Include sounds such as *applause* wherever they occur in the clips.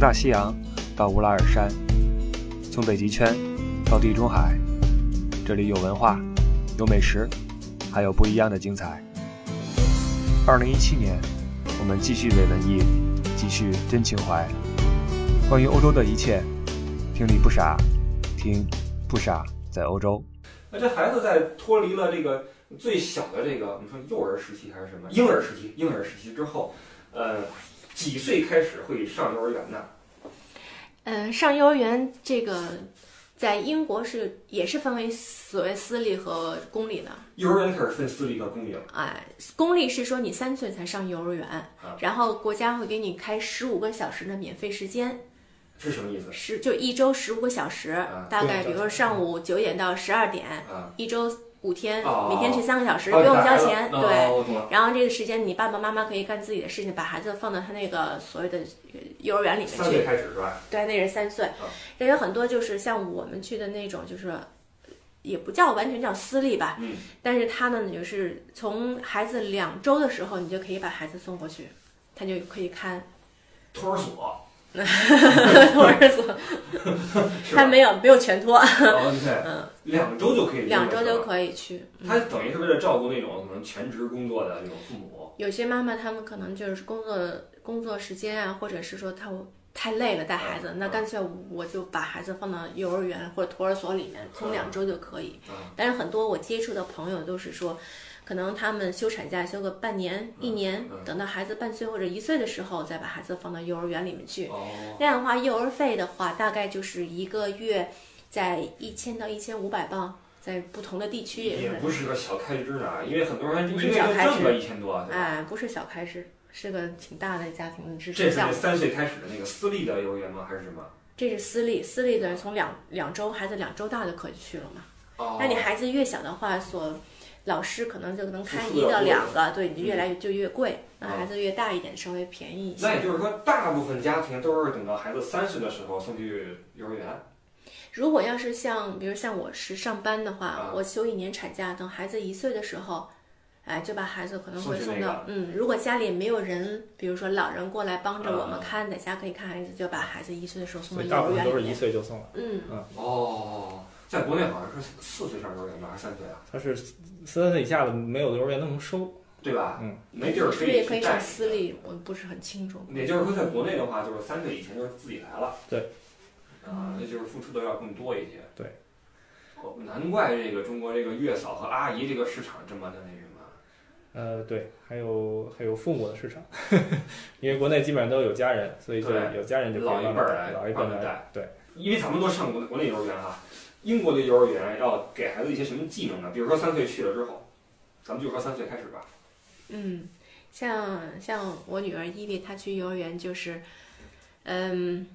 大西洋到乌拉尔山，从北极圈到地中海，这里有文化，有美食，还有不一样的精彩。二零一七年，我们继续伪文艺，继续真情怀。关于欧洲的一切，听你不傻，听不傻在欧洲。那这孩子在脱离了这个最小的这个，我们说幼儿时期还是什么婴儿时期，婴儿时期之后，呃，几岁开始会上幼儿园呢？呃，上幼儿园这个在英国是也是分为所谓私立和公立的。幼儿园开始分私立和公立了，哎、公立是说你三岁才上幼儿园，啊然后国家会给你开十五个小时的免费时间，是什么意思？十就一周十五个小时啊，大概对比如说上午九点到十二点，啊，一周五天哦，每天去三个小时，哦不用交孩子钱，哦对。我懂了。然后这个时间，你爸爸妈妈可以干自己的事情，把孩子放到他那个所谓的呃幼儿园里面三去岁。开始是吧？对，那是三岁。也有很多就是像我们去的那种，就是也不叫完全叫私立吧，嗯，但是他呢，就是从孩子两周的时候，你就可以把孩子送过去，他就可以看托儿所，托儿所，是吧他没有没有全托，哦，对，两周就可以，两周就。可以去。他嗯、等于是为了照顾那种可能全职工作的那种父母，有些妈妈她们可能就是工作工作时间啊，或者是说她太累了带孩子，嗯那嗯干脆我就把孩子放到幼儿园或者托儿所里嗯面，从两周就可以。啊，但是很多我接触的朋友都是说，可能他们休产假休个半年、一年嗯，等到孩子半岁或者一岁的时候，再把孩子放到幼儿园里面去。哦，那样的话，幼儿费的话，大概就是一个月在一千到一千五百镑，在不同的地区也也是，不是个小开支呢，因为很多人因不为是因为小他开挣支个一千多，啊对吧？哎，不是小开支，是个挺大的家庭的支这持是项那目。三岁开始的那个私立的幼儿园吗？还是什么？这是私立，私立的从两两周孩子两周大就可以去了嘛。哦那你孩子越小的话，所老师可能就能开付出一的到多两个，对，你就越来越就越贵。那嗯孩子越大一点，稍微便宜一那也些。就是说，大部分家庭都是等到孩子三岁的时候送去幼儿园。如果要是像，比如像我是上班的话啊，我休一年产假，等孩子一岁的时候，哎，就把孩子可能送会去送那到，嗯，如果家里没有人，比如说老人过来帮着我啊们看，在家可以看孩子，就把孩子一岁的时候送所到幼儿以大部分都园是里一面。岁就送了。嗯，哦，在国内好像是四岁上幼儿园吧，还是三岁啊？它是三岁以下的没有幼儿园那么收，对吧？嗯，没地儿是可不是也可去以带上私。立？我不是很清楚。也就是说，在国内的话，就是三岁以前就是自己来了。对。啊，那就是付出的要更多一些。对哦。难怪这个中国这个月嫂和阿姨这个市场这么的那什么。呃，对，还有还有父母的市场， *laughs* 因为国内基本上都有家人，所以就对有家人就可以老一慢辈慢儿带来，老一辈慢慢儿带来，对，因为咱们都上国国内幼儿园啊，英国的幼儿园要给孩子一些什么技能呢？比如说三岁去了之后，咱们就说三岁开始吧。嗯，像像我女儿伊利，她去幼儿园就是，嗯，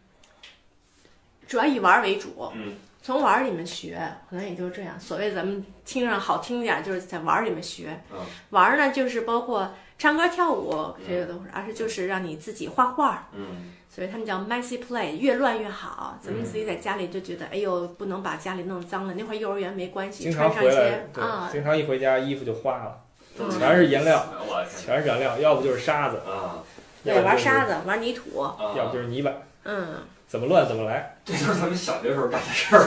主要以玩儿为主，嗯，从玩儿里面学，可能也就这样。所谓咱们听上好听点儿，就是在玩儿里面学。嗯玩儿呢，就是包括唱歌、跳舞嗯这些东西，而是就是让你自己画画儿，嗯，所以他们叫 messy play，越乱越好。咱们嗯自己在家里就觉得，哎呦，不能把家里弄脏了。那会儿幼儿园没关系，嗯经穿常上回一来些，啊对，，经常一回家衣服就花了，嗯全是颜料，我天全是染料，要不就是沙子，啊对，要不玩儿就是沙子，玩儿泥土，啊！要不就是泥巴，嗯。怎么乱怎么来，这就是咱们小学时候干的事儿。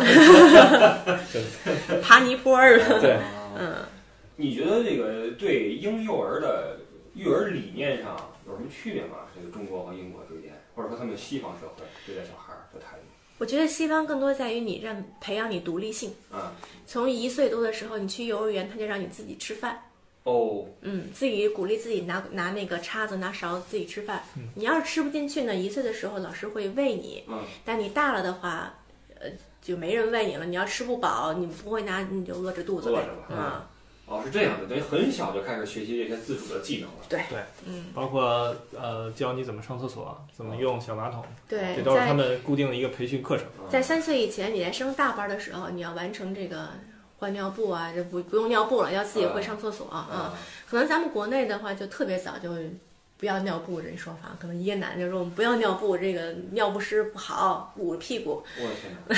爬泥坡儿的。对啊 *laughs* 嗯， *laughs* 你觉得这个对婴幼儿的育儿理念上有什么区别吗？这个中国和英国之间，或者说他们西方社会对待小孩儿的态度？我觉得西方更多在于你让培养你独立性。啊，从一岁多的时候，你去幼儿园，他就让你自己吃饭，哦，嗯，自己鼓励自己拿拿那个叉子、拿勺子自己吃饭。嗯你要是吃不进去呢，一岁的时候老师会喂你，嗯，但你大了的话，呃，就没人喂你了。你要吃不饱，你不会拿，你就饿着肚子饿呗着吧。嗯，哦，是这样的，等于很小就开始学习这些自主的技能了。嗯包括呃教你怎么上厕所，怎么用小马桶，对这，都是他在们固定的一个培训课程。嗯在三岁以前，你在升大班的时候，你要完成这个换尿布啊，就不不用尿布了，要自己会上厕所啊。嗯啊，可能咱们国内的话，就特别早就不要尿布这一说法，可能一个男的就说我们不要尿布，这个尿不湿不好，捂屁股。我的天哪！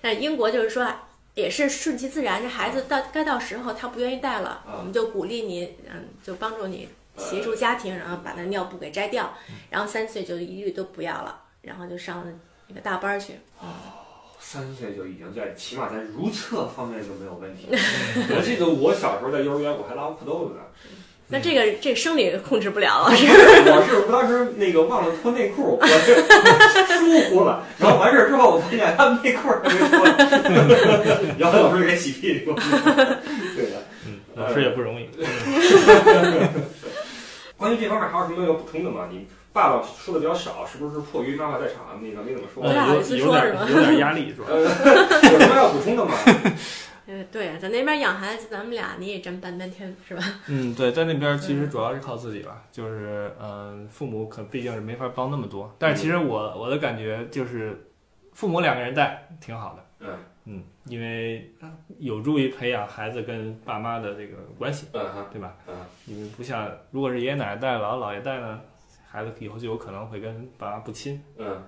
但英国就是说，也是顺其自然，这孩子到该到时候他不愿意带了，啊我们就鼓励你，嗯，就帮嗯助你协助家庭，然后把那尿布给摘掉，然后三岁就一律都不要了。然后就上了一个大班儿去。嗯哦三岁就已经在起码在如厕方面就没有问题。我记得我小时候在幼儿园，我还拉过裤兜子呢。那这个这生理控制不了 *laughs* 啊，是我是我当时那个忘了脱内裤，我是疏忽了，然后完事儿之后，我发现他内裤还没脱呢， *laughs* 然后老师给洗屁股。对的。嗯，老师也不容易。关于这方面还有什么要补充的吗？你爸爸说的比较少，是不是迫于妈妈在场，那个没怎么说？不太好意思嗯有有说点是吧有点压力是吧？呃，有什么要补充的吗？呃，对，在那边养孩子，咱们俩你也这么半半天是吧？嗯，对，在那边其实主要是靠自己吧，就是嗯、父母可毕竟是没法帮那么多，但是其实我我的感觉就是，父母两个人带挺好的。嗯嗯，因为有助于培养孩子跟爸妈的这个关系，嗯哈，对吧？嗯，因为不像如果是爷爷奶奶带、姥姥姥爷带呢，孩子以后就有可能会跟爸妈不亲。嗯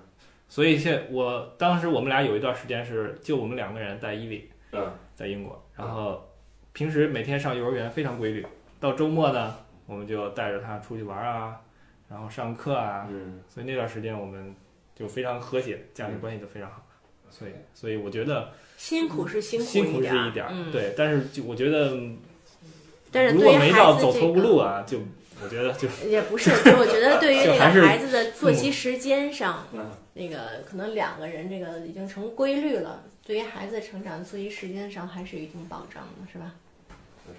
所以现我当时我们俩有一段时间是就我们两个人带伊维，嗯在英国，然后平时每天上幼儿园非常规律，到周末呢，我们就带着他出去玩啊，然后上课啊，嗯，所以那段时间我们就非常和谐，家庭关系都非常好。所以，所以我觉得辛苦是辛辛一苦是点儿，一点儿，嗯，对，但是就我觉得，但是如对果于没孩到子走这投无个路啊，就我觉得就也不是，就是我觉得对于 *laughs* 就那还是个孩子的作息时间上嗯，那个可能两个人这个已经成规律了，对于孩子的成长作息时间上还是有一定保障的，是吧？ OK，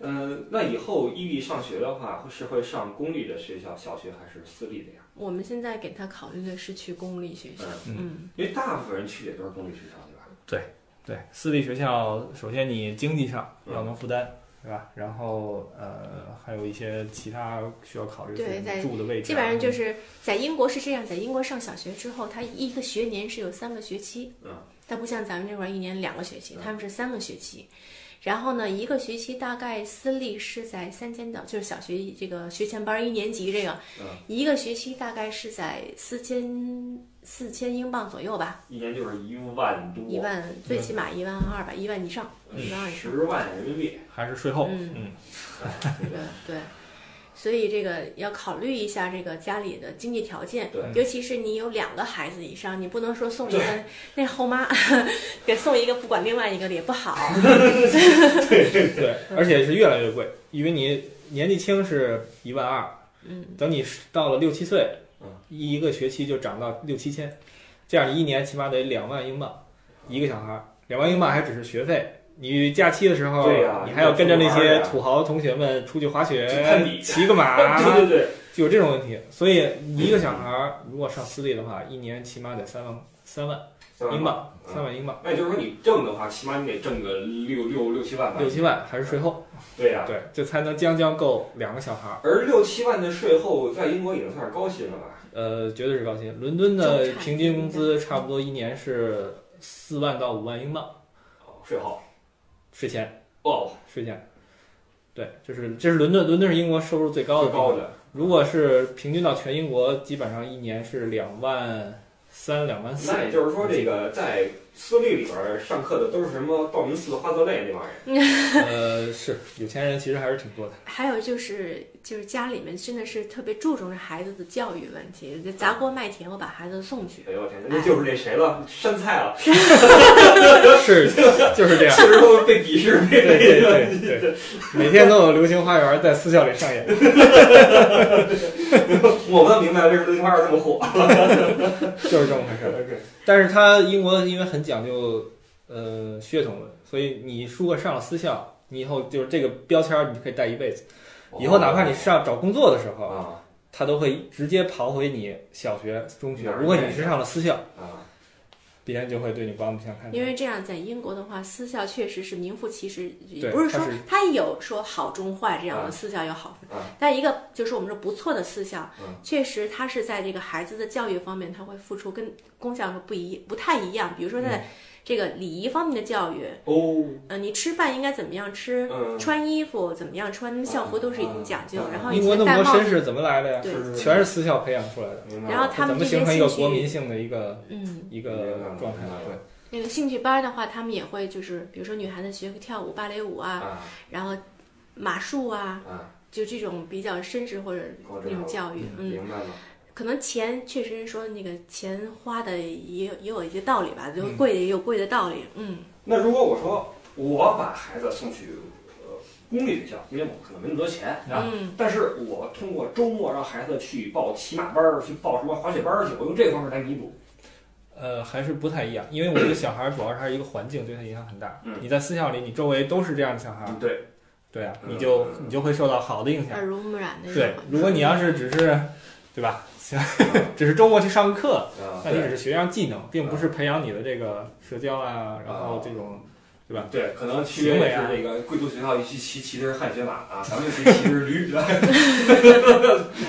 嗯、那以后异地上学的话，会是会上公立的学校，小学还是私立的呀？我们现在给他考虑的是去公立学校，嗯，因为大部分人去的也都是公立学校，对吧？对私立学校，首先你经济上嗯要能负担，对吧？然后呃，还有一些其他需要考虑的对在住的位置啊，基本上嗯就是在英国是这样，在英国上小学之后，他一个学年是有三个学期，嗯，它不像咱们这块儿一年两个学期嗯，他们是三个学期。然后呢，一个学期大概私立是在三千到，就是小学这个学前班儿一年级这个，嗯一个学期大概是在四千四千英镑左右吧，一年就是一万多，嗯一万最起码一万二吧，一万以上，一万二以上。十万人民币。还是税后，嗯嗯这对对，所以这个要考虑一下这个家里的经济条件，对嗯尤其是你有两个孩子以上，你不能说送一个那后妈给送一个不管另外一个的也不好，对，嗯而且是越来越贵，因为你年纪轻是一万二，嗯，等你到了六七岁嗯，一个学期就涨到六七千，这样你一年起码得两万英镑，一个小孩儿，两万英镑还只是学费。你假期的时候，对呀你还要跟着那你些要出去玩儿呀土豪同学们出去滑雪去看比、骑个 *laughs* 马，对对对，就有这种问题。所以你一个小孩儿如果上私立的话，一年起码得三万三万三万英吧。嗯镑，三万英镑，那也就是说，你挣的话，起码你得挣个六六六七万吧六？七万还是税后，对呀、对，这才能将将够两个小孩儿。而六七万的税后，在英国已经算是高薪了吧？呃，绝对是高薪。伦敦的中产平均工资差不多一年是四万到五万英镑，哦税后税前哦，税前。对，这是这是伦敦，伦敦是英国收入最高的最地方。高的，如果是平均到全英国，基本上一年是两万三、两万四。那也就是说，这个在私立里边儿上课的都是什么道明寺、花泽类那帮人。呃，是有钱人其实还是挺 *laughs* 多的。还有就是，就是家里面真的是特别注重孩子的教育问题，砸锅卖铁我把孩子送去。哎呦我天，那就是那谁了，山菜了，是，就是这样。确实都被鄙视，被啊对被对对对，每天都有《流星花园》在私校里 *laughs* 上演。我不能明白为什么《流星花园》这么火。就是这么回事儿。但是他英国因为很讲究呃血统论，所以你如果上了私校，你以后就是这个标签儿，你可以带一辈子。哦以后哪怕你上找工作的时候，啊他都会直接刨回你小学、中学。哪儿如果你是上了私校，啊，别人就会对你刮目相看。因为这样，在英国的话，私校确实是名副其实，也对不是说它是它有说好中坏这样啊的私校有好分，啊但一个就是我们说不错的私校，嗯确实它是在这个孩子的教育方面，它会付出跟公校是不一不太一样。比如说嗯在这个礼仪方面的教育，哦，嗯、你吃饭应该怎么样吃，嗯，穿衣服怎么样穿，嗯校服都是一定讲究。嗯嗯嗯然后以英国那前戴么多帽绅子，士怎么来的呀？对是是全是私校培养出来的。明白了啊然后他们怎这么些形成一个兴趣国民性的一个嗯。一明个白了状态明白？了那对，个兴趣班的话，他们也会就是，比如说女孩子学个跳舞、芭蕾舞啊，啊然后马术啊，啊，就这种比较绅士或者我知那道种了，教育，嗯，明白了。可能钱确实说那个钱花的也有也有一些道理吧，就贵的也有贵的道理，嗯那如果我说我把孩子送去呃公立学校，因为我可能没那么多钱，啊，嗯但是我通过周末让孩子去报骑马班儿，去报什么滑雪班儿去，我用这个方式来弥补。呃，还是不太一样，因为我觉得小孩儿主要是他一个环境对他影响很大。嗯你在私校里，你周围都是这样的小孩儿，对，对啊，嗯你就你就会受到好的影响耳。濡目染的对那，种。如果你要是只是，对吧？行，只是周末去上个课，啊 *laughs* 那你只是学一样技能，并不是培养你的这个社交啊，然后这种对，可能去行为是啊那个贵族学校去骑骑的是汗血马啊， *laughs* 咱们去骑的是驴， *laughs*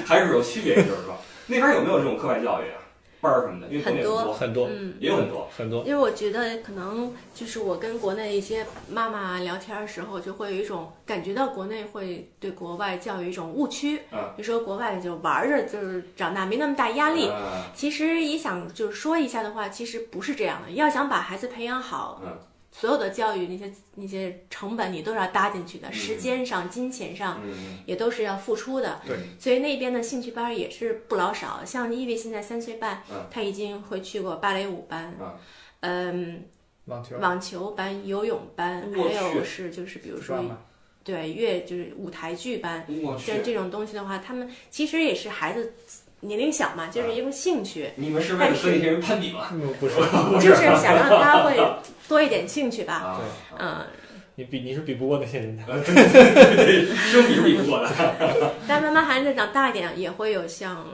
还是有区别，就是说那边有没有这种课外教育啊，班儿什么的？因为国内很多多，哦很多嗯，也有很多。很多。因为我觉得可能就是我跟国内一些妈妈聊天的时候，就会有一种感觉到国内会对国外教育一种误区，嗯就说国外就玩着就是长大没那么大压力。啊其实也想就是说一下的话，其实不是这样的。要想把孩子培养好，嗯所有的教育那些那些成本你都是要搭进去的，嗯时间上、金钱上嗯，也都是要付出的。对，所以那边的兴趣班也是不老少，像伊维现在三岁半，嗯他已经会去过芭蕾舞班，啊嗯，网球网球班、游泳班，我还有去是就是比如是吧说对乐就是舞台剧班，我像去，这种东西的话，他们其实也是孩子年龄小嘛，嗯就是一个兴趣，你们是为了和那些人攀比吗？嗯， *laughs* 不是，就是想让他会多一点兴趣吧。啊， *laughs* 嗯，你比你是比不过那些人的。真比是比不过的。但慢慢孩子长大一点，也会有像，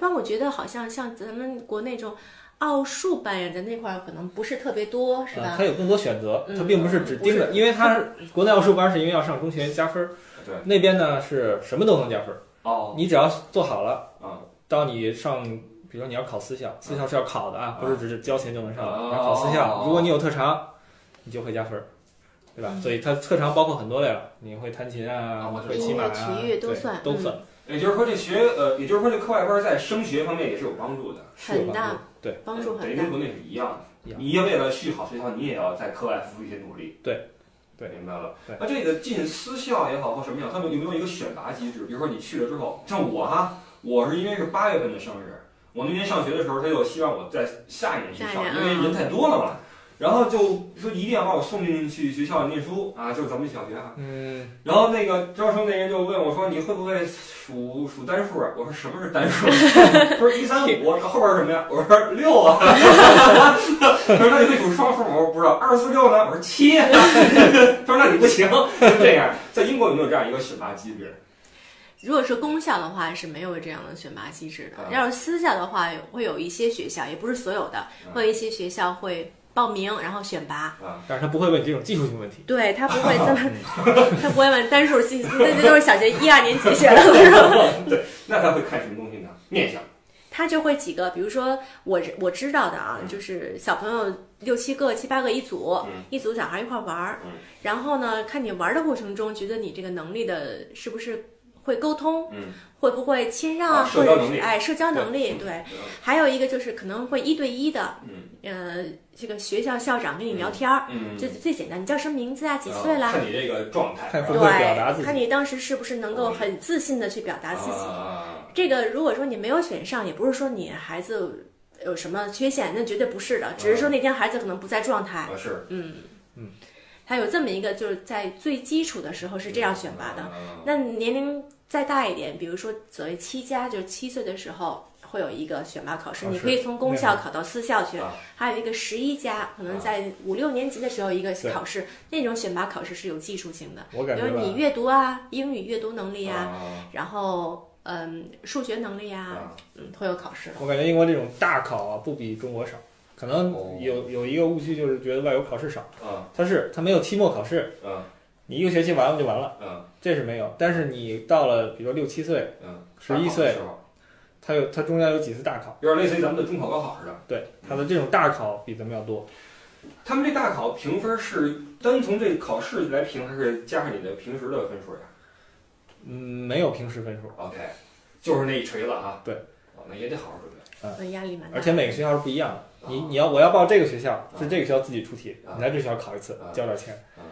但我觉得好像像咱们国内这种奥数班呀，在那块儿可能不是特别多，是啊，吧他？有更多选择，嗯他并不是只盯着，因为他国内奥数班是因为要上中学加分儿，对那边呢是什么都能加分儿，哦，你只要做好了，啊，到你上，比如说你要考私校，私校是要考的啊，啊不是只是交钱就能上的，嗯哦你要考私校，如果你有特长，你就会加分儿，对吧？嗯所以他特长包括很多类了，你会弹琴啊啊我，知道会骑马啊，音乐体育都对算都嗯算，也就是说这学呃，也就是说这课外班在升学方面也是有帮助的，是有很帮大助，对，帮助等于很大跟。国内是一样一的。样你要为了去好学校，你也要在课外付出一些努力。对，对明白了对。那这个进私校也好或什么样，他们有没有一个选拔机制？比如说你去了之后，像我哈，我是因为是八月份的生日，我那年上学的时候，他就希望我在下一年去上，下一年嗯因为人太多了嘛。然后就说一定要把我送进去学校念书啊，就是咱们小学哈。嗯，然后那个招生那人就问我说：“你会不会数数单数啊？”我说：“什么是单数？” *laughs* 他说：“一三五。”后边是什么呀？我说：“六啊。”他说：“那你会数双数吗？”我说：“不知道。”二四六呢？我说：“七啊。” *laughs* 他说：“那你不行。”就这样，在英国有没有这样一个选拔机制？如果是公校的话，是没有这样的选拔机制的。啊要是私校的话，会有一些学校，也不是所有啊的，嗯会有一些学校会报名然后选拔。啊但是他不会问你这种技术性问题，对他不会这么，啊他不会问单数系，那那都是小学一二年级学的，是吧？那他会看什么东西呢？面相。他就会几个，比如说我我知道的啊，就是小朋友六七个、七八个一组，嗯一组小孩一块玩儿嗯，然后呢，看你玩儿的过程中，觉得你这个能力的是不是会沟通，嗯，会不会谦让啊或社交者能是力哎社交能力，嗯对。还有一个就是可能会一对一的，嗯呃，这个学校校长跟你聊天儿，嗯，这、最简单。你叫什么名字啊？几岁啦？看你这个状态。啊看会不会表达自对，己看你当时是不是能嗯够很自信的去表达自己。啊这个如果说你没有选上，也不是说你孩子有什么缺陷，那绝对不是的，只是说那天孩子可能不在状态。啊是嗯嗯，还有这么一个，就是在最基础的时候是这样选拔的。的嗯那年龄再大一点，比如说所谓七加，就是七岁的时候会有一个选拔考试，考你试可以从公校考到私校去啊。还有一个十一加，可啊能在五六年级的时候一个考试，那种选拔考试是有技术性的，我比感觉如吧，你阅读啊，英语阅读能力啊，啊然后嗯数学能力啊，啊嗯会有考试的。我感觉英国这种大考啊，不比中国少。可哦能有有一个误区，就是觉得外国考试少，啊它是它没有期末考试，啊你一个学期完了就完了，啊！这是没有。但是你到了比如说六七岁，嗯， 11大考的岁时候它有它中间有几次大考，有点类似于咱们的中考高考似的。对，它的这种大考比咱们要多。他们这大考评分是单从这考试来评，还是加上你的平时的分数呀嗯，没有平时分数， ？OK，就是那一锤子啊。对哦，那也得好好准备。那压力蛮大。而且每个学校是不一样的。你啊你要我要报这个学校，是这个学校自己出题啊，你来这学校考一次啊，交点钱啊。那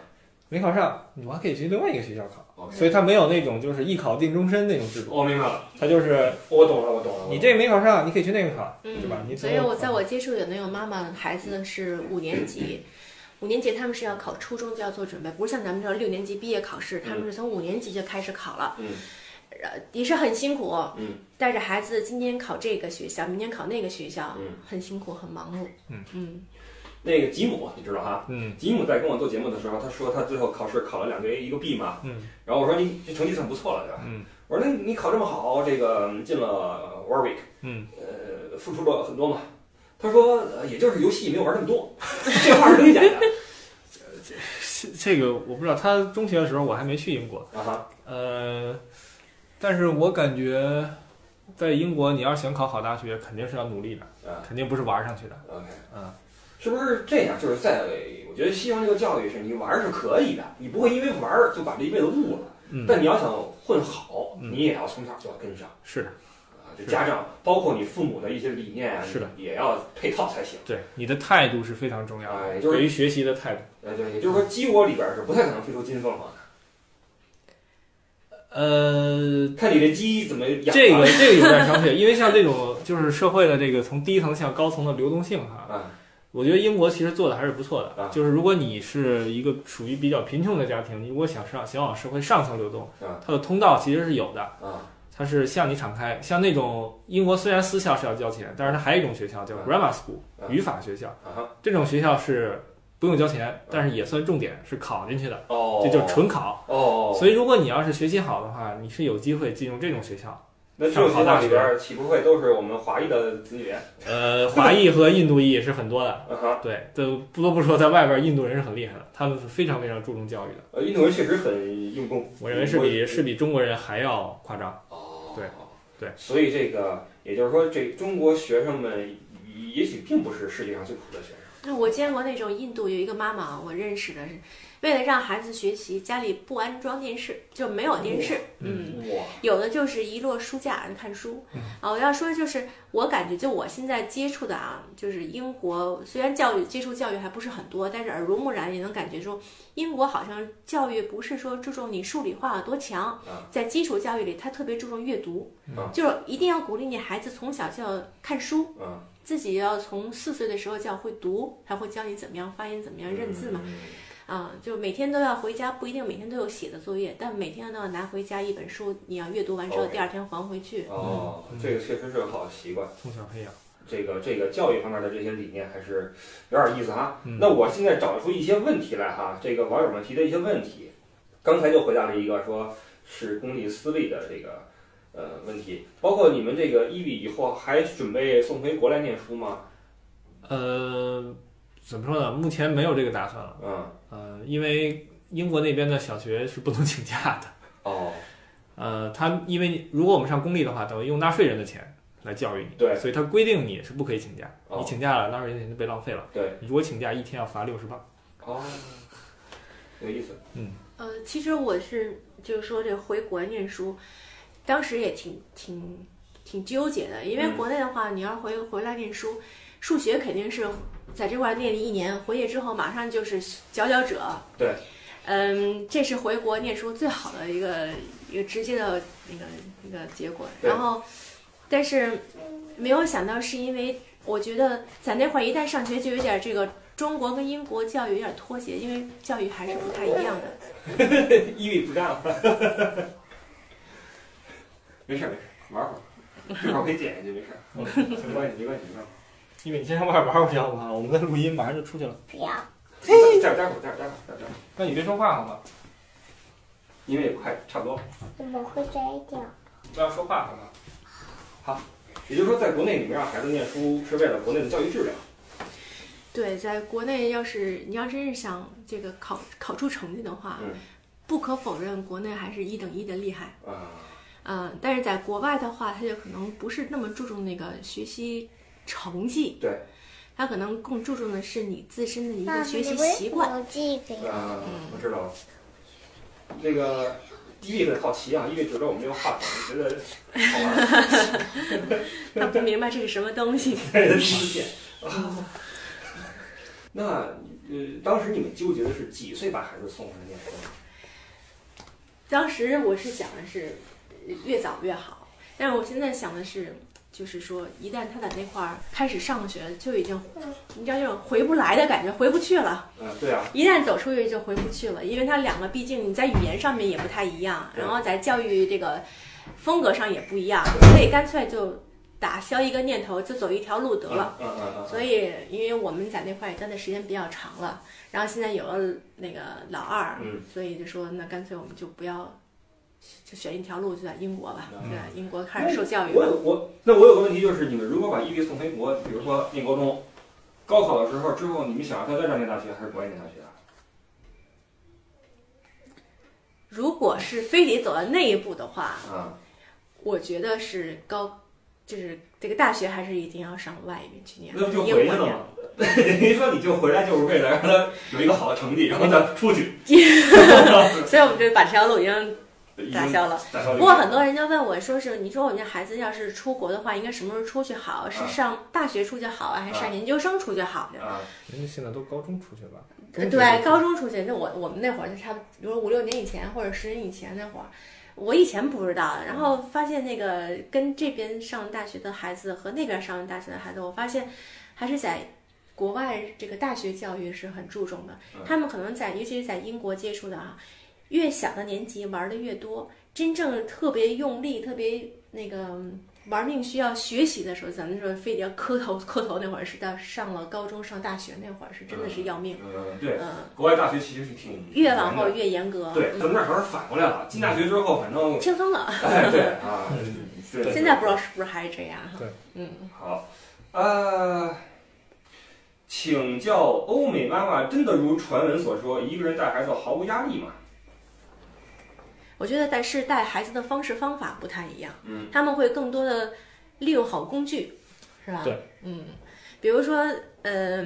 没考上，你还可以去另外一个学校考。哦所以它没有那种就是一考定终身那种制度，我明白了，它就是我懂了，我懂了。我懂了你这个没考上，你可以去那个考，嗯对吧？你所总以有我在我接触有那种妈妈孩子是五年级，五年级他们是要考初中就要做准备，不是像咱们这种六年级毕业考试，他们是从五年级就开始考了。嗯呃，也是很辛苦，嗯，带着孩子今天考这个学校，明天考那个学校，嗯很辛苦，很忙碌，嗯那个吉姆，你知道哈？嗯吉姆在跟我做节目的时候，他说他最后考试考了两个 A 一个 B 嘛，嗯然后我说你这成绩算不错了，对吧？嗯我说那你考这么好，这个嗯进了 Warwick，嗯，呃，付出了很多嘛。他说，呃也就是游戏没有玩那么多， *laughs* 这话是真假的 *laughs* 这这个我不知道。他中学的时候我还没去英国，啊哈？呃，但是我感觉在英国，你要是想考好大学，肯定是要努力的，啊肯定不是玩上去的。 ，OK，嗯，是不是这样？就是在我觉得西方这个教育是你玩儿是可以的，你不会因为玩儿就把这一辈子误了。嗯，但你要想混好，嗯你也要从小就要跟上是的，啊。这是家长包括你父母的一些理念啊，是的，也要配套才行。对你的态度是非常重要的，哎就是对于学习的态度。呃，对，也嗯就是说，鸡窝里边是不太可能飞出金凤凰的。呃，看你这鸡怎么养。这个，这个有待商榷， *laughs* 因为像这种就是社会的这个从低层向高层的流动性哈，啊，我觉得英国其实做的还是不错的。啊就是如果你是一个属于比较贫穷的家庭，你如果想上想往社会上层流动，啊它的通道其实是有的，啊它是向你敞开。像那种英国虽然私校是要交钱，但是它还有一种学校叫啊 grammar school、啊语法学校，啊哈，这种学校是不用交钱，但是也算重点，是考进去的，哦，这就是纯考。哦，所以，如果你要是学习好的话，你是有机会进入这种学校。那这种学校里边岂不会都是我们华裔的子女？呃， *laughs* 华裔和印度裔也是很多的。啊哈，对，都不得不说，在外边印度人是很厉害的，他们是非常非常注重教育的。呃，印度人确实很用功，我认为是比我是比中国人还要夸张。哦，对对，所以这个也就是说，这中国学生们也许并不是世界上最苦的学生。那我见过那种印度有一个妈妈，我认识的是，为了让孩子学习，家里不安装电视，就没有电视，嗯。哇，有的就是一摞书架看书嗯啊。我要说就是，我感觉就我现在接触的啊，就是英国虽然教育接触教育还不是很多，但是耳濡目染也能感觉出，英国好像教育不是说注重你数理化有多强嗯，在基础教育里，它特别注重阅读嗯，就是一定要鼓励你孩子从小就要看书，嗯，自己要从四岁的时候就要会读，还会教你怎么样发音、怎么样认字嘛。嗯。啊，就每天都要回家，不一定每天都有写的作业，但每天都要拿回家一本书，你要阅读完之后， OK 第二天还回去。哦，这个确实是个好习惯。从小培养。这个这个教育方面的这些理念还是有点意思哈。嗯那我现在找出一些问题来哈，这个网友们提的一些问题，刚才就回答了一个说是公立私立的这个呃问题，包括你们这个伊比以后还准备送回国来念书吗？呃，怎么说呢？目前没有这个打算了。嗯，呃，因为英国那边的小学是不能 *laughs* 请假的。哦，呃，他因为如果我们上公立的话，等于用纳税人的钱来教育你，对所以他规定你是不可以请假。哦你请假了，纳税人的钱就被浪费了。对，你如果请假，一天要罚六十磅。哦，有意思，呃，其实我是就是说这回国念书，当时也挺挺挺纠结的，因为嗯国内的话，你要回回来念书，数学肯定是在这块儿念一年，回去之后马上就是佼佼者。对。嗯，这是回国念书最好的一个一个直接的那个那个结果。对然后，但是没有想到是因为我觉得在那会儿一旦上学就有点这个中国跟英国教育有点脱节，因为教育还是不太一样的。伊比不干了，没事儿没事儿，玩会 *laughs* 儿，这会儿可以剪下去，没事儿，没关系没关系没关系。因为你先上外边玩会儿去好不好？我们在录音，马上就出去了。待会儿待会儿待会儿待会儿待会儿，那你别说话好吗？因为也快差不多了。我会摘掉。不要说话好吗？也就是说，在国内你们让孩子念书是为了国内的教育质量。对，在国内要是你要真是想这个考考出成绩的话，嗯不可否认，国内还是一等一的厉害。啊，嗯、但是在国外的话，他就可能不是那么注重那个学习成绩，对，他可能更注重的是你自身的一妈个妈学习习惯。我寄给我。啊，我知道了。那个伊利很好奇啊，伊利指着我们这个话筒，觉得好玩儿，他不明白这是什么东西。开人视线。啊 *laughs* 那呃，当时你们纠结的是几岁把孩子送回来念书？啊当时我是想的是呃越早越好，但是我现在想的是，就是说一旦他在那块儿开始上学，就已经你知道这种回不来的感觉，回不去了。嗯、对啊，一旦走出去就回不去了，因为他两个毕竟你在语言上面也不太一样，对然后在教育这个风格上也不一样，所以干脆就打消一个念头，就走一条路得了。嗯。嗯嗯嗯。所以，因为我们在那块儿也待的时间比较长了，然后现在有了那个老二，嗯所以就说那干脆我们就不要，就选一条路，就在英国吧，嗯对，英国开始受教育我吧。有我那我有个问题就是，你们如果把伊利送回国，比如说念高中，高考的时候之后，你们想让他在这儿念大学还是国外念大学啊？如果是非得走到那一步的话，啊，我觉得是高，就是这个大学还是一定要上外语去念，那不就英回去国了念吗。？ *laughs* 等于说你就回来就是为了让他有一个好的成绩，然后再出去，所以我们就把这条路已经已打经消了。打消不过很多人就问我说是，你说我们家孩子要是出国的话，应该什么时候出去好？是啊上大学出去好啊，还是上研究生出去好呀？啊，人家现在都高中出去吧？呃中对，学高中出去，那我我们那会儿就差不多，比如五六年以前或者十年以前那会儿，我以前不知道，然后发现那个跟这边上大学的孩子和那边上大学的孩子，我发现还是在国外这个大学教育是很注重的嗯，他们可能在尤其是在英国接触的啊，越小的年级玩的越多，真正特别用力、特别那个嗯玩命需要学习的时候，咱们说非得要磕头磕头那会儿是到上了高中上大学那会儿是真的是要命，嗯，对，嗯。国外大学其实是挺越往嗯后难的越严格，对，嗯咱们这儿好像是反过来了，进大学之后，反 *laughs* 正轻松了。哎对啊，对，现在不知道是不是还是这样哈。对，嗯，好，呃，请教欧美妈妈真的如传闻所说，一个人带孩子毫无压力吗？我觉得但是带孩子的方式方法不太一样，嗯，他们会更多的利用好工具，是吧？对，嗯，比如说，呃，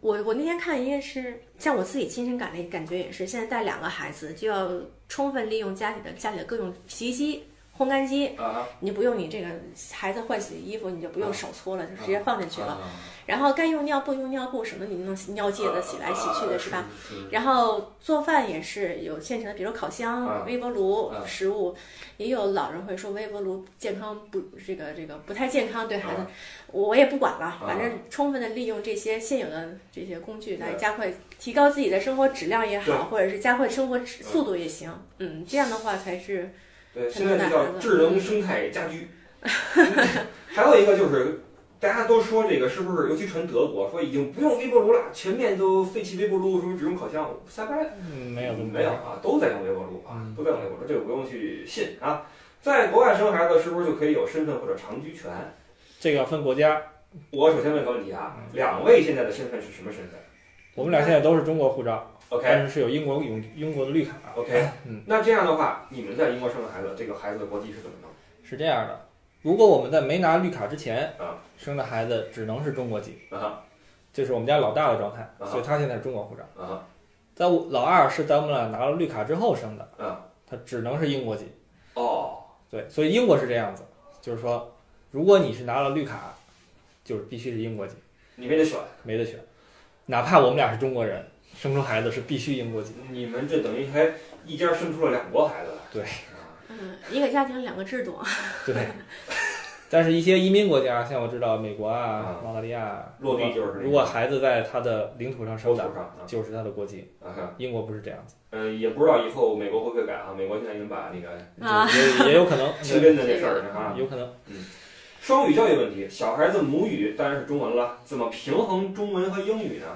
我我那天看一个是像我自己亲身感的感觉也是，现在带两个孩子就要充分利用家里的家里的各种洗衣机、烘干机，啊，你就不用你这个孩子换洗的衣服，你就嗯不用手搓了，就直接放进去了。啊然后该用尿布用尿布，省得你们弄尿介的洗啊来洗去的是吧？？嗯然后做饭也是有现成的，比如烤啊箱、微波炉啊食物，也有老人会说微波炉健康不这个这个不太健康对孩子啊，我也不管了，反正充分的利用这些现有的这些工具来对加快提高自己的生活质量也对啊好，或者是加快生活质速度也行，嗯，这样的话才是对，现在这叫智能生态家居。还有一个就是，大家都说这个是不是，尤其传德国，说已经不用微波炉了，全面都废弃微波炉，什么只用烤箱，瞎掰。嗯，没有这么没有啊，都在用微波炉啊嗯，都在用微波炉，这个不用去信啊。在国外生孩子是不是就可以有身份或者长居权？这个要分国家，我首先问个问题啊，嗯两位现在的身份是什么身份我们俩现在都是中国护照， ？OK 但是是有英国永英国的绿卡。 OK，嗯那这样的话，你们在英国生了孩子，这个孩子的国籍是怎么弄？是这样的，如果我们在没拿绿卡之前啊生的孩子，只能是中国籍，啊这是我们家老大的状态，啊所以他现在是中国护照。啊在我老二是在我们俩拿了绿卡之后生的，啊他只能是英国籍。哦对，所以英国是这样子，就是说，如果你是拿了绿卡，就是必须是英国籍，你没得选，没得选。哪怕我们俩是中国人，生出孩子是必须英国籍。你们这等于还一家生出了两国孩子来。对啊，嗯一个家庭两个制度，对。但是，一些移民国家，像我知道美国啊啊、澳大利亚，落地就是那个如果孩子在他的领土上收生头的，上啊就是他的国籍。啊，英国不是这样子，嗯、也不知道以后美国会不会改啊？美国现在已经把那个啊也也有可能，亲对根的那事儿啊，有可能。双语教育问题，小孩子母语当然是中文了，怎么平衡中文和英语呢？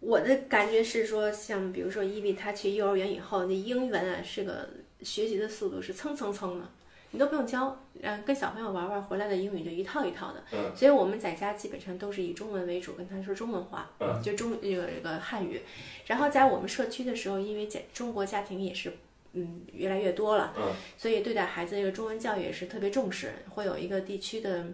我的感觉是说，像比如说伊利他去幼儿园以后，那英文啊是个学习的速度是蹭蹭蹭的，你都不用教，嗯，跟小朋友玩玩，回来的英语就一套一套的。嗯所以我们在家基本上都是以中文为主，跟他说中文话，嗯就中这个这个汉语。然后在我们社区的时候，因为家中国家庭也是。嗯，越来越多了，嗯所以对待孩子这个中文教育也是特别重视，会有一个地区的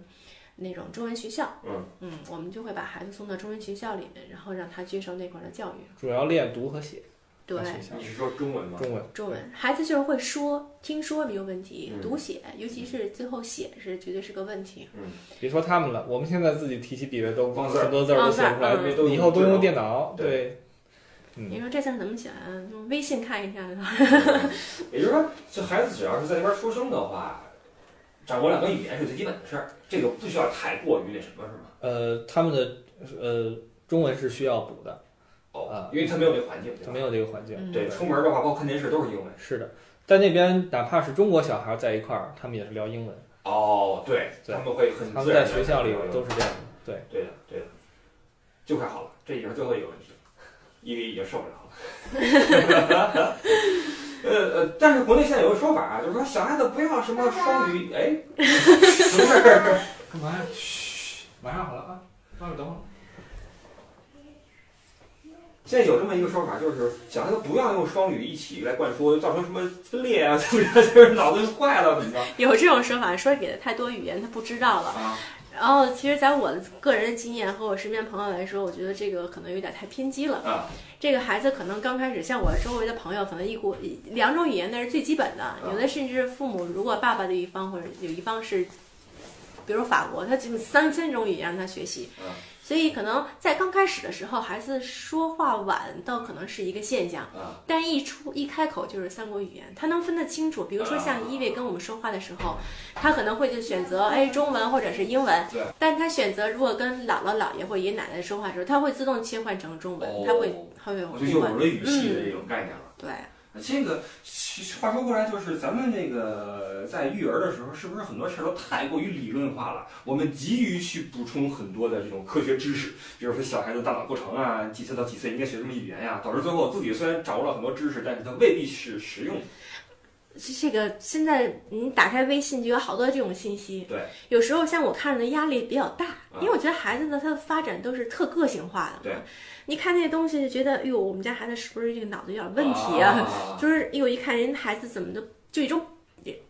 那种中文学校，嗯嗯，我们就会把孩子送到中文学校里面，然后让他接受那块儿的教育。主要练读和写，对大学校你是说中文吗？中文。中文，孩子就是会说、听说没有问题，嗯读写，尤其是最后写是绝对是个问题。别说他们了，我们现在自己提起笔来都忘字儿很多字儿都写不出来忘字儿，嗯以后都用电脑。对，嗯你说这字儿怎么写啊？用微信看啊一下就好。 *laughs* 也就是说，这孩子只要是在那边出生的话，掌握两个语言是最基本的事儿，这个不需要太过于那什么，是吗？呃，他们的呃中文是需要补的，哦啊，因为他没有这环境，对就吧没有这个环境。嗯对，出门的话，包括看电视都是英文。是的，在那边哪怕是中国小孩在一块儿，他们也是聊英文，哦，对，对他们会很他自们然在地学校里都对是这样的。对，的，对的，就快好了，这也是最后一个问题，因为已经受不了了。 *laughs* 呃呃，但是国内现在有个说法啊，就是说小孩子不要什么双语，哎，什么事儿？干嘛呀？嘘，马上好了啊，外面等会儿。现在有这么一个说法，就是小孩子不要用双语一起来灌输，造成什么分裂啊， *laughs* 怎么着，就是脑子坏了怎么着 *laughs* 有这种说法，说给他太多语言，他不知道了。啊？然后，其实，在我的个人的经验和我身边朋友来说，我觉得这个可能有点太偏激了。啊这个孩子可能刚开始，像我周围的朋友，可能一国两种语言那是最基本的，有的甚至父母如果爸爸的一方或者有一方是，比如法国，他基本三三种语言让他学习嗯，所以可能在刚开始的时候，孩子说话晚倒可能是一个现象。啊但一出一开口就是三国语言，他能分得清楚。比如说啊像一位跟我们说话的时候，他可能会就选择哎中文或者是英文对，但他选择如果跟姥姥姥爷或爷爷奶奶说话的时候，他会自动切换成中文，哦他会他会有我就中有了文。语系的这种概念了。对，那这个其实话说回来，就是咱们这个在育儿的时候，是不是很多事儿都太过于理论化了？我们急于去补充很多的这种科学知识，比如说小孩子大脑构成啊，几岁到几岁应该学什么语言呀、导致最后自己虽然掌握了很多知识，但是它未必是实用的。这这个现在你打开微信就有好多这种信息。对，啊有时候像我看着的压力比较大，因为我觉得孩子的他的发展都是特个性化的对嘛。你看那些东西就觉得，哎呦，我们家孩子是不是这个脑子有点问题啊？哦 *laughs* 就是哎呦，一看人孩子怎么都就一种，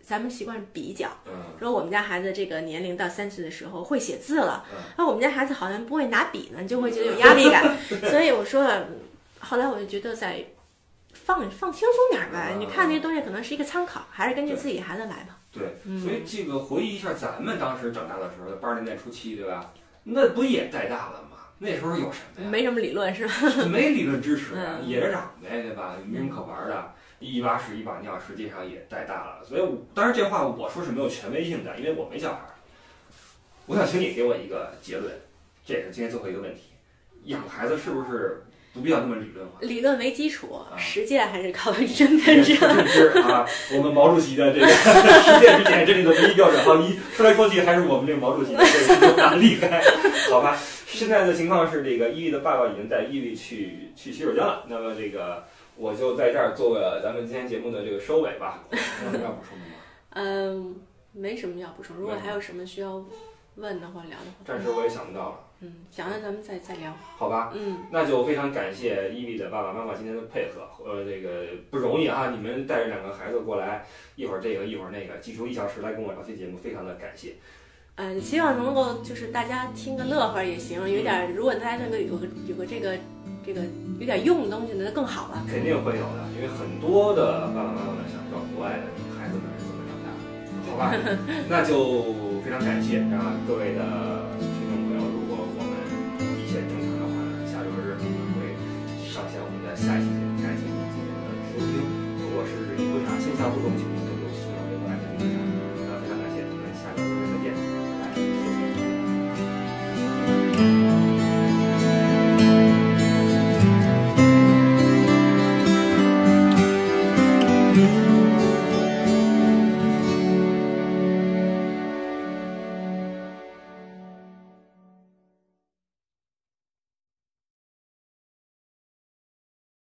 咱们习惯比较，嗯，说我们家孩子这个年龄到三岁的时候会写字了嗯，那、我们家孩子好像不会拿笔呢，就会觉得有压力 *laughs* 感。所以我说了，后来我就觉得在放放轻松点儿呗，嗯你看这些东西可能是一个参考，还是根据自己孩子来吧。对，嗯所以这个回忆一下咱们当时长大的时候，八十年代初期，对吧？那不也带大了吗？那时候有什么呀？没什么理论是吧？ *laughs* 没理论知识啊，嗯野着长呗，对吧？没什么可玩的，一把屎一把尿，实际上也带大了。所以我，当然这话我说是没有权威性的，因为我没小孩儿。我想请你给我一个结论，这也是今天最后一个问题：养孩子是不是不必要那么理论化？理论为基础啊，实践还是靠真认本知事。 *laughs* 啊，我们毛主席的这个 *laughs* 实践之前真理的唯一标准。好，你说来说去还是我们这毛主席的这个厉害，哎好吧？现在的情况是，这个伊利的爸爸已经带伊利去去洗手间了。那么这个我就在这儿做个咱们今天节目的这个收尾吧。要不说明吗？嗯，没什么要补充。如果没有还有什么需要问的或聊的暂话，时我也想不到了，嗯，想了咱们再再聊。好吧？嗯。那就非常感谢伊利的爸爸妈妈今天的配合，呃，这个不容易啊！你们带着两个孩子过来，一会儿这个一会儿那个，挤出一小时来跟我聊这节目，非常的感谢。嗯，希望能够就是大家听个乐呵也行，有点儿如果大家能够有个有个这个这个有点用的东西，那就更好了。肯定会有的，因为很多的爸爸妈妈们想知道国外的孩子们是怎么长大的，好吧？那就非常感谢啊，各位的听众朋友，如果我们一切正常的话呢，下周日我们会上线我们的下一期节目，感谢您今天的收听。我是一回茶线下互动节目